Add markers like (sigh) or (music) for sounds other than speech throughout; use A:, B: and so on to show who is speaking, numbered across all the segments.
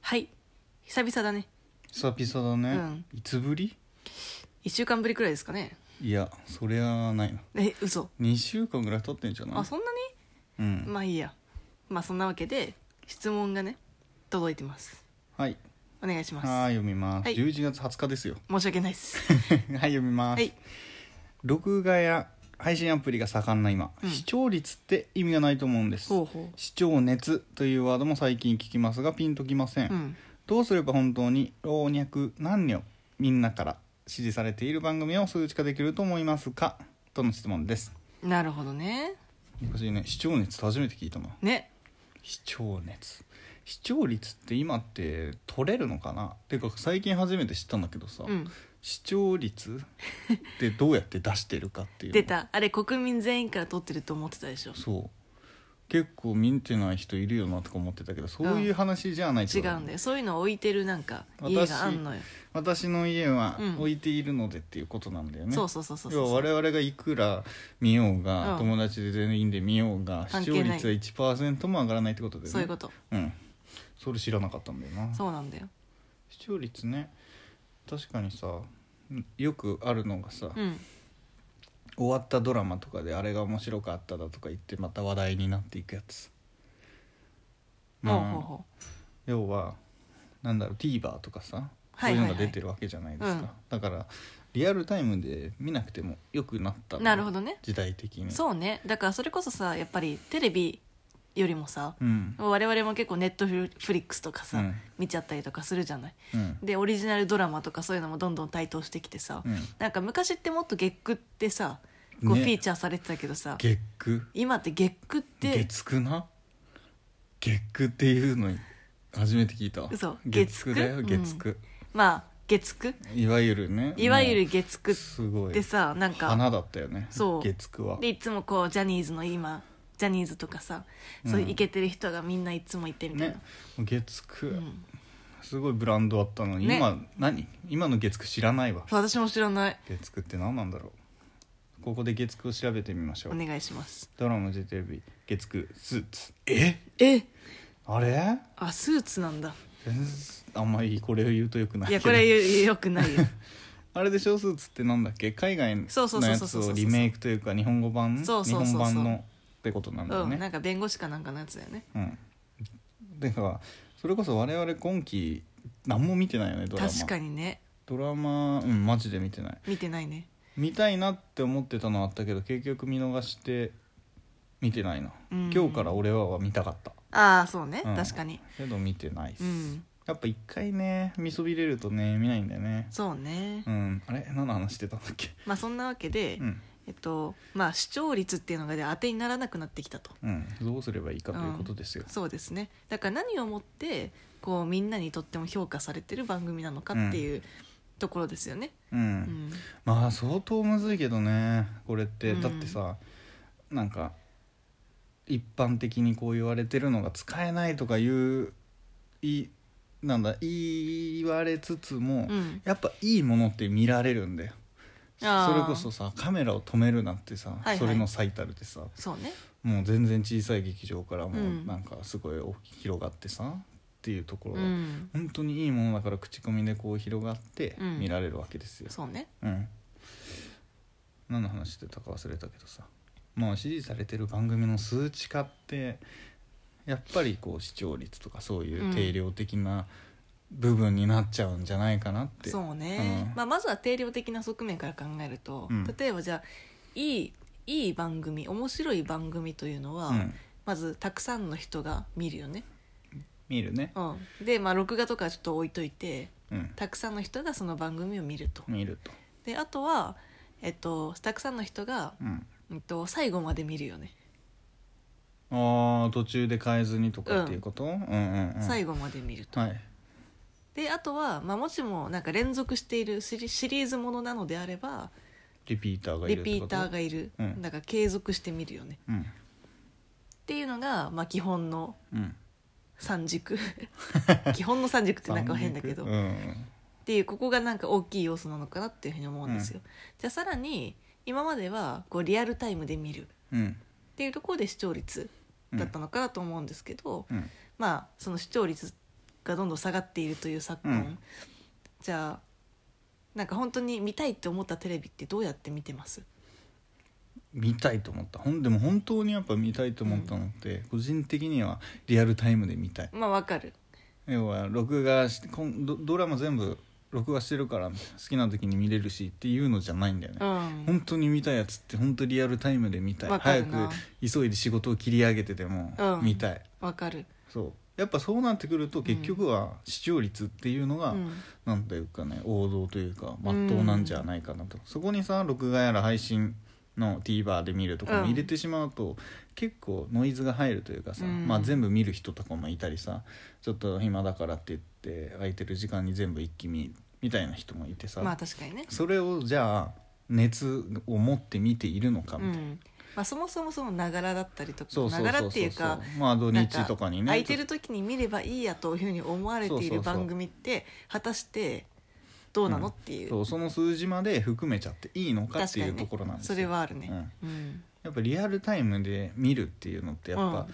A: はい久々だね
B: 久々だね、いつぶり
A: 1週間ぶりくらいですかね
B: いやそりゃないな
A: え嘘
B: 2週間ぐらい経ってんじゃない
A: あそんな
B: う
A: に、
B: ん
A: まあいいやまあそんなわけで質問がね届いてます
B: はい
A: お願いしま
B: は
A: す
B: ーい読みます、
A: はい
B: 11月20日ですよ (laughs)
A: 申し訳ないです
B: はい読みます、
A: はい
B: 録画や配信アプリが盛んな今、
A: うん
B: 視聴率って意味がないと思うんです
A: ほうほ
B: 視聴熱というワードも最近聞きますがピンときません、
A: ううん
B: どうすれば本当に老若男女みんなから支持されている番組を数値化できると思いますかとの質問です
A: なるほどね
B: 私ね視聴熱初めて聞いたな
A: ね
B: 視聴熱視聴率って今って取れるのかなてか最近初めて知ったんだけどさ、
A: うん
B: 視聴率ってどうやって出してるかっていうの
A: 出たあれ国民全員から取ってると思ってたでしょ
B: そう結構見てない人いるよなとか思ってたけどそういう話じゃない
A: 違うんだよそういうの置いてるなんか
B: 私
A: 家があんのよ、
B: 私の家は
A: うん
B: 置いているのでっていうことなんだよね、
A: そうそうそうそう
B: 要は
A: そう
B: 我々がいくら見ようが、
A: うん
B: 友達で全員で見ようが
A: 関
B: 視
A: 係
B: 聴
A: ない
B: 率は1%も上がらないってことでね
A: そういうこと
B: うんそれ知らなかったんだよな
A: そうなんだよ
B: 視聴率ね確かにさよくあるのがさ、
A: うん
B: 終わったドラマとかであれが面白かっただとか言ってまた話題になっていくやつま
A: ほう
B: あ
A: ほうほ
B: 要はなんだろう TVer とかさそ
A: は
B: う
A: い
B: い
A: は
B: う
A: いはい
B: のが出てるわけじゃないですか、
A: うん
B: だからリアルタイムで見なくてもよくなった
A: うなるほどね
B: 時代的に
A: そうねだからそれこそさやっぱりテレビよりもさ、
B: うん
A: 我々も結構ネットフリックスとかさ、
B: うん
A: 見ちゃったりとかするじゃない
B: うん
A: でオリジナルドラマとかそういうのもどんどん台頭してきてさ、
B: うん
A: なんか昔ってもっと月9ってさこうフ
B: ね
A: ィーチャーされてたけどさ、
B: 月9
A: 今って月9って
B: 月9な月9っていうの初めて聞いた
A: 嘘
B: 月9だよ
A: 月九
B: 月9、
A: まあ月9
B: いわゆるね
A: いわゆる
B: も
A: 月
B: う
A: 9
B: すごい
A: ってさなんか
B: 花だったよね
A: そう
B: 月9は
A: でいつもこうジャニーズの今ジャニーズとかさ、そういうイケてる人がみんないつもいてみたいな、
B: ね月9、
A: うん
B: すごいブランドあったのに、
A: ね
B: 今何今の月9知らないわ
A: そう私も知らない
B: 月9って何なんだろうここで月9を調べてみましょ
A: お
B: う
A: 願いします
B: ドラマテレビ月9スーツえ
A: え
B: あれ
A: あスーツなんだ
B: 全然あんまりこれを言うとよくな
A: い
B: いけ
A: や
B: ど
A: これよよく
B: (laughs)
A: ないよ
B: あれで小数つってなんだっけ海外の
A: そうそうそう
B: や
A: そう
B: つ
A: そう
B: をリメイクというか日本語版
A: そうそうそうそう
B: 日本版のってことなんだよ
A: う
B: ね。
A: んなんか弁護士かなんかのやつだよね
B: うんだからそれこそ我々今期何も見てないよねドラマ
A: 確かにね
B: ドラマうんマジで見てない
A: 見てないね
B: 見たいなって思ってたのはあったけど結局見逃して見てないな、
A: うん
B: 今日から俺はは見たかった
A: ああそうね、
B: うん
A: 確かに
B: けど見てないっす、
A: うん
B: やっぱ一回ね見そびれるとね見ないんだよね
A: そうね、
B: うんあれ何の話してたんだっ
A: (laughs)
B: け
A: まあそんなわけで、
B: うん
A: えっとまあ視聴率っていうのがで当てにならなくなってきたと
B: うん、どうすればいいかということですよ、
A: そうですねだから何をもってこうみんなにとっても評価されてる番組なのかっていうところですよね、
B: うん
A: うん
B: まあ相当むずいけどねこれって、
A: うん
B: だってさなんか一般的にこう言われてるのが使えないとかいういなんだ言われつつも、
A: うん
B: やっぱいいものって見られるんだよ
A: あー
B: それこそさカメラを止めるなってさ、
A: いはい
B: それの最たるでさ
A: そうね
B: もう全然小さい劇場からも
A: うん
B: うなんかすごい大きく広がってさっていうところ
A: う
B: が、
A: ん
B: 本当にいいものだから口コミでこう広がって
A: うん
B: 見られるわけですよ、
A: そうね
B: うん何の話してたか忘れたけどさもう支持されてる番組の数値化ってやっぱりこう視聴率とかそういう定量的な部分になっちゃうんじゃないかなって、
A: そうね、
B: うん
A: まあ、まずは定量的な側面から考えると、
B: うん
A: 例えばじゃあいいいい番組面白い番組というのは、
B: うん
A: まずたくさんの人が見るよね、
B: 見るね、
A: うん、でまあ録画とかはちょっと置いといて
B: うん、
A: たくさんの人がその番組を見ると
B: 見ると、
A: であとは、えっと、たくさんの人が、
B: うん、
A: うん、と最後まで見るよね、
B: ああ途中で変えずにとかっていうこと、うん、うんうん
A: 最
B: 後
A: 後まで見ると、
B: はい
A: であとは、まあ、もしもなんか連続しているシリシリーズものなのであれば
B: リピーターがい
A: リ
B: るっ
A: ピ
B: て
A: ー
B: こと
A: ターがいる、
B: うん
A: だから継続して見るよね
B: うん
A: っていうのが、まあ、基本の
B: うん
A: 三 (laughs) 軸基本の三軸 (laughs) ってなんか変だ
B: (laughs)
A: けど、
B: うん
A: っ
B: うん
A: ていうここがなんか大きい要素なのかなっていうふうに思うんですよ、じゃあさらに今まではこうリアルタイムで見るっ
B: うん
A: ていうところで視聴率だったのかなと思うんですけど、
B: うん
A: まあその視聴率がどんどん下がっているという昨今、
B: うん
A: じゃあなんか本当に見たいって思ったテレビってどうやって見てます
B: 見たいと思ったほんでも本当にやっぱ見たいと思ったのって、個人的にはリアルタイムで見たい
A: まあわかる
B: 要は録画してこんドドラマ全部録画してるからみたいな好きな時に見れるしっていうのじゃないんだよね、
A: うん
B: 本当に見たやつって本当リアルタイムで見たい
A: わか
B: 早
A: る
B: く
A: な
B: 急いで仕事を切り上げてでも
A: うん
B: 見たい、
A: わかる、
B: そうやっぱそうなってくると結局は視聴率っていう
A: う
B: のが、
A: ん、
B: なんというかね王道というかまっとうなんじゃないかなと、そこにさ録画やら配信の TVer で見るとかも入れてしまうと、結構ノイズが入るというかさ、
A: うん
B: まあ、全部見る人とかもいたりさちょっと暇だからって言って空いてる時間に全部一気見みたいな人もいてさ、
A: まあ確かにね、
B: それをじゃあ熱を持って見ているのか
A: う
B: みたいな。
A: んまあ、そもそもそのながらだったりとか
B: そうそう
A: なが
B: そうそ
A: ら
B: う
A: っていうか
B: まあ土
A: なん
B: 日とかにね
A: 空いてる時に見ればいいやというふうに思われてい
B: そうそうそ
A: る
B: う
A: 番組って果たしてどうなのっていう,、
B: そうその数字まで含めちゃっていいのかっていうところなんです
A: そ
B: よ
A: れはあるね、
B: うん
A: うん
B: やっぱリアルタイムで見るっていうのってやっぱ、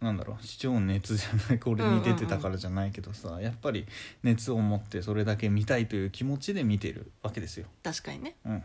B: なんだろう視聴熱じゃないこれに出てたからじゃないけどさ、やっぱり熱を持ってそれだけ見たいという気持ちで見てるわけですよ、
A: 確かにね
B: うん、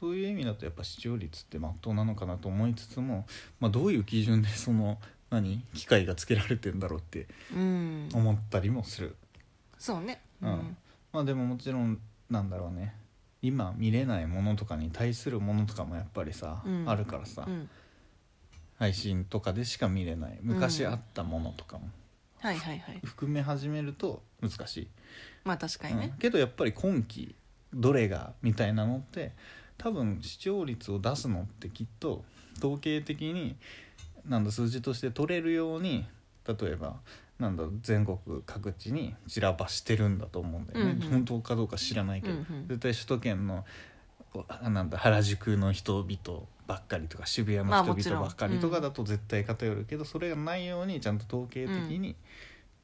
B: そういう意味だとやっぱ視聴率ってまっとうなのかなと思いつつも、まあ、どういう基準でその何機械がつけられてんだろうって
A: うん
B: 思ったりもする、
A: そうね
B: うんまあでももちろんなんだろうね今見れないものとかに対するものとかもやっぱりさ、
A: うん
B: あるからさ、
A: うん
B: 配信とかでしか見れない昔あったものとかも
A: はいはいはい
B: 含め始めると難しい、
A: まあ確かにね
B: うん、けどやっぱり今期どれがみたいなのって多分視聴率を出すのってきっと統計的になんだ数字として取れるように例えばなんだ全国各地に散らばしてるんだと思うんだよね、
A: うんうん
B: 本当かどうか知らないけど、
A: うんうん
B: 絶対首都圏のこうあなんだ原宿の人々ばっかりとか渋谷
A: まあ
B: の
A: もち
B: 人
A: ろん
B: 々ばっかりとかだと絶対偏るけど、それがないようにちゃんと統計的に、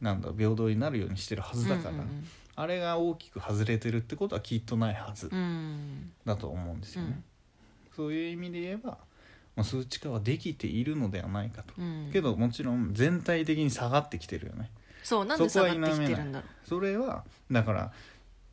B: なんだ平等になるようにしてるはずだから、
A: うん
B: あれが大きく外れてるってことはきっとないはず
A: うんうん
B: だと思うんですよね。
A: うん
B: そういう意味で言えば、まあ、数値化はできているのではないかと。
A: うんうん
B: けどもちろん全体的に下がってきてるよね。
A: そうなんで下
B: そこは
A: がってきてるんだろ
B: それはだから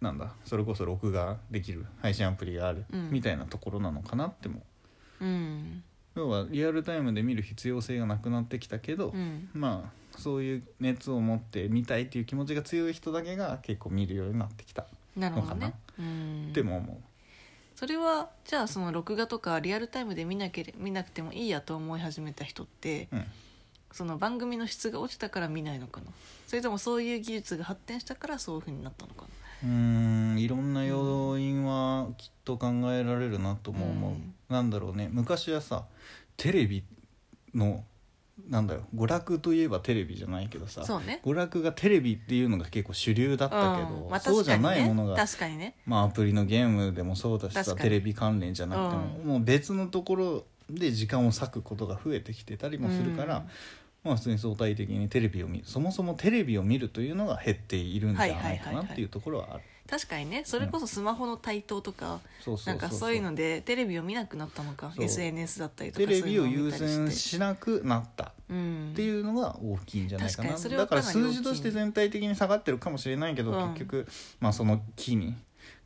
B: なんだそれこそ録画できる配信アプリがある
A: うん
B: みたいなところなのかなっても、
A: ううん
B: 要はリアルタイムで見る必要性がなくなってきたけど、
A: うん
B: まあそういう熱を持って見たいっていう気持ちが強い人だけが結構見るようになってきたっ
A: なるほど
B: の
A: ね
B: か
A: うん
B: ても思う。
A: それはじゃあその録画とかリアルタイムで見なけれ見なくてもいいやと思い始めた人って
B: うん
A: その番組の質が落ちたから見ないのかなそれともそういう技術が発展したからそういうふうになったのか
B: うーんいろんな要因はきっと考えられるなとも思う、
A: うん
B: なんだろうね昔はさテレビのなんだよ娯楽といえばテレビじゃないけどさ
A: なそうね
B: 娯楽がテレビっていうのが結構主流だったけど、
A: うんまあ、
B: そう
A: 確
B: じゃ
A: かにね
B: ないものが、
A: 確かにね
B: まあ、アプリのゲームでもそうだし
A: 確
B: さ
A: かに
B: テレビ関連じゃなくても、
A: う
B: もう別のところで時間を割くことが増えてきてたりもするから、
A: うん
B: まあ、普通に相対的にテレビを見るそもそもテレビを見るというのが減っているんじゃないかなっていうところはある。
A: 確かにねそれこそスマホの台頭とか、
B: そうそう
A: な
B: そ
A: ん
B: う
A: か
B: そ
A: そうういうのでテレビを見なくなったのか
B: そう
A: SNS だったりとか
B: テレビを
A: そういうの見
B: 優
A: たり
B: 先しなくなったっ
A: うん
B: ていうのが大きいんじゃないかな、
A: うん確かにそれは
B: だから
A: かなり大きい
B: 数字として全体的に下がってるかもしれないけど、
A: うん
B: 結局、まあ、その木に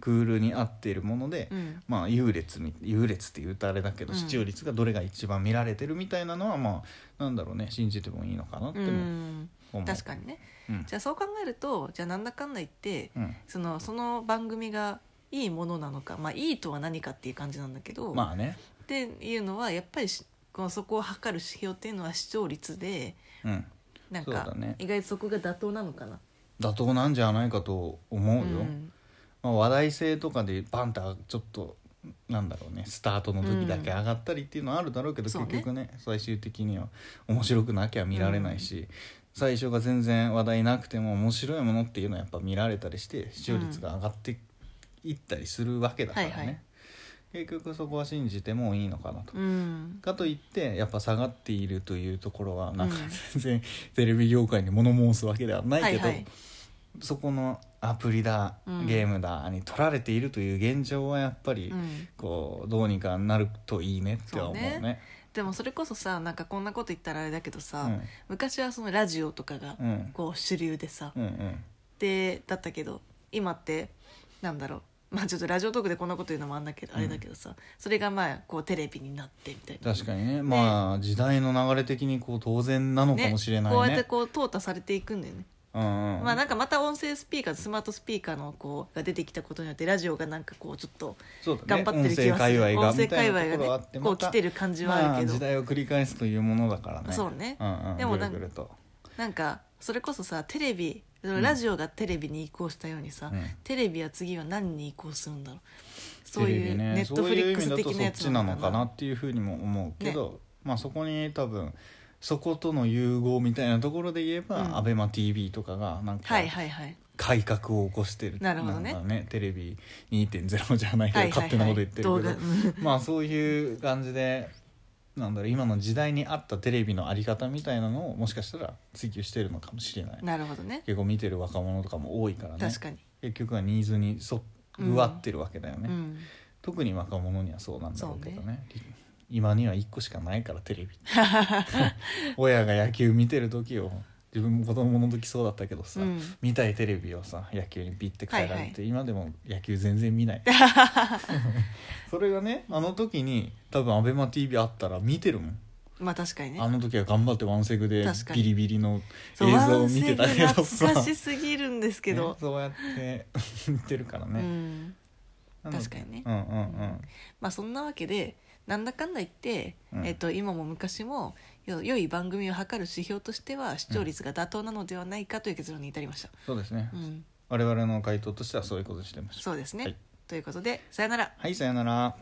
B: クールに合っているもので、
A: うん
B: まあ、優劣に優劣って言うとあれだけど、
A: うん
B: 視聴率がどれが一番見られてるみたいなのはまあなんだろうね信じてもいいのかなっても
A: うん
B: 思う。
A: 確かにね
B: うん
A: じゃあそう考えるとじゃあなんだかんだ言って
B: うん
A: そのその番組がいいものなのかまあいいとは何かっていう感じなんだけど、
B: まあね、
A: っていうのはやっぱりしこのそこを測る指標っていうのは視聴率で
B: うん、
A: なん
B: そう
A: か
B: だね
A: 意外とそこが妥当なのかな。
B: 妥当なんじゃないかと思う
A: う
B: よ。
A: ん
B: まあ、話題性とかでバンってちょっとなんだろうねスタートの時だけ上がったりっていうのはあるだろうけど、
A: うんそうね
B: 結局ね最終的には面白くなきゃ見られないし、最初が全然話題なくても面白いものっていうのはやっぱ見られたりして視聴率が上がっていったりするわけだからね、
A: はいはい
B: 結局そこは信じてもいいのかなと。
A: うん
B: かといってやっぱ下がっているというところはなんか
A: うん
B: 全然テレビ業界に物申すわけではないけど、
A: はいはい
B: そこのアプリだ
A: うん
B: ゲームだに取られているという現状はやっぱり、
A: うん
B: こうどうにかなるといいねっては思うね
A: そうねでもそれこそさなんかこんなこと言ったらあれだけどさ、
B: うん
A: 昔はそのラジオとかが
B: うん
A: こう主流でさ、
B: うんうん
A: でだったけど今ってなんだろうまあちょっとラジオトークでこんなこと言うのもあんだけど、
B: うん
A: あれだけどさそれがまあこうテレビになってみたいな。
B: 確かにねまあ時代の流れ的にこう当然なのかもしれないね
A: こうやってこう淘汰されていくんだよね、
B: うんうん
A: まあなんかまた音声スピーカースマートスピーカーのこうが出てきたことによってラジオがなんかこうちょっと
B: そうだね
A: 頑張ってる気はする、音声界
B: 音声界隈
A: 隈
B: がみたいなところはあ
A: が
B: っ
A: ね
B: て
A: こ
B: ま
A: う
B: た
A: 来てる感じはあるけ
B: まあ時
A: ど、
B: 代を繰り返すというものだからね
A: そうね
B: んうん、
A: でも
B: ぐ
A: な
B: る
A: ん
B: ぐると
A: なんかそれこそさテレビ
B: ん
A: ラジオがテレビに移行したようにさ、
B: うん
A: テレビは次は何に移行するんだろうそ
B: テ
A: う
B: レ
A: いう
B: ビ
A: ネ
B: ね
A: ッ
B: そ
A: ト
B: う
A: フリ
B: いう
A: ック
B: 意味
A: ス
B: だと
A: 的な
B: そっ
A: やつ
B: ちなのかなっていうふうにも思うけど、まあそこに多分そことの融合みたいなところで言えば、
A: うん
B: アベマ t v とかがなんか
A: はいはいはい
B: 改革を起こしてる、
A: なるほどね
B: んかテレビ2.0じゃないけど、
A: はいはいは
B: 勝
A: い
B: 手なこと言ってるけど
A: 動画
B: (laughs)
A: うん
B: まあそういう感じでなんだろう今の時代に合ったテレビのあり方みたいなのをもしかしたら追求してるのかもしれない
A: なるほどね
B: 結構見てる若者とかも多いからね
A: 確かに、
B: 結局はニーズに沿っ
A: うん
B: うわってるわけだよね、
A: うん、
B: 特に若者にはそうなんだろうけど
A: そう
B: ね今には1個しかないからテレ
A: (laughs)
B: ビ (laughs) 親が野球見てる時を自分も子供の時そうだったけどさ、
A: うん
B: 見たいテレビをさ野球にビッて変えられて、
A: はいは
B: 今でも野球全
A: (laughs)
B: 然見ないそれがねあの時に多分 ABEMATV あったら見てるもん
A: まあ確かにね
B: あの時は頑張ってワンセグで
A: 確かに
B: ビリビリの映
A: そう
B: 像を見てたけ
A: (laughs)
B: ど
A: ワンセグ
B: さ
A: 懐かしすぎるんですけ
B: ね
A: ど、
B: そうやって見てるから
A: う
B: ね、
A: ん、
B: なので
A: 確かにね
B: うんうんうん
A: まあそんなわけでなんだかんだ言って、
B: うん
A: えっと今も昔もよ良い番組を測る指標としては視聴率が妥当なのではないかという結論に至りました、
B: そうですね、
A: うん、
B: 我々の回答としてはそういうことにしてました
A: そうですね、
B: はい
A: ということでさよなら
B: はいさよなら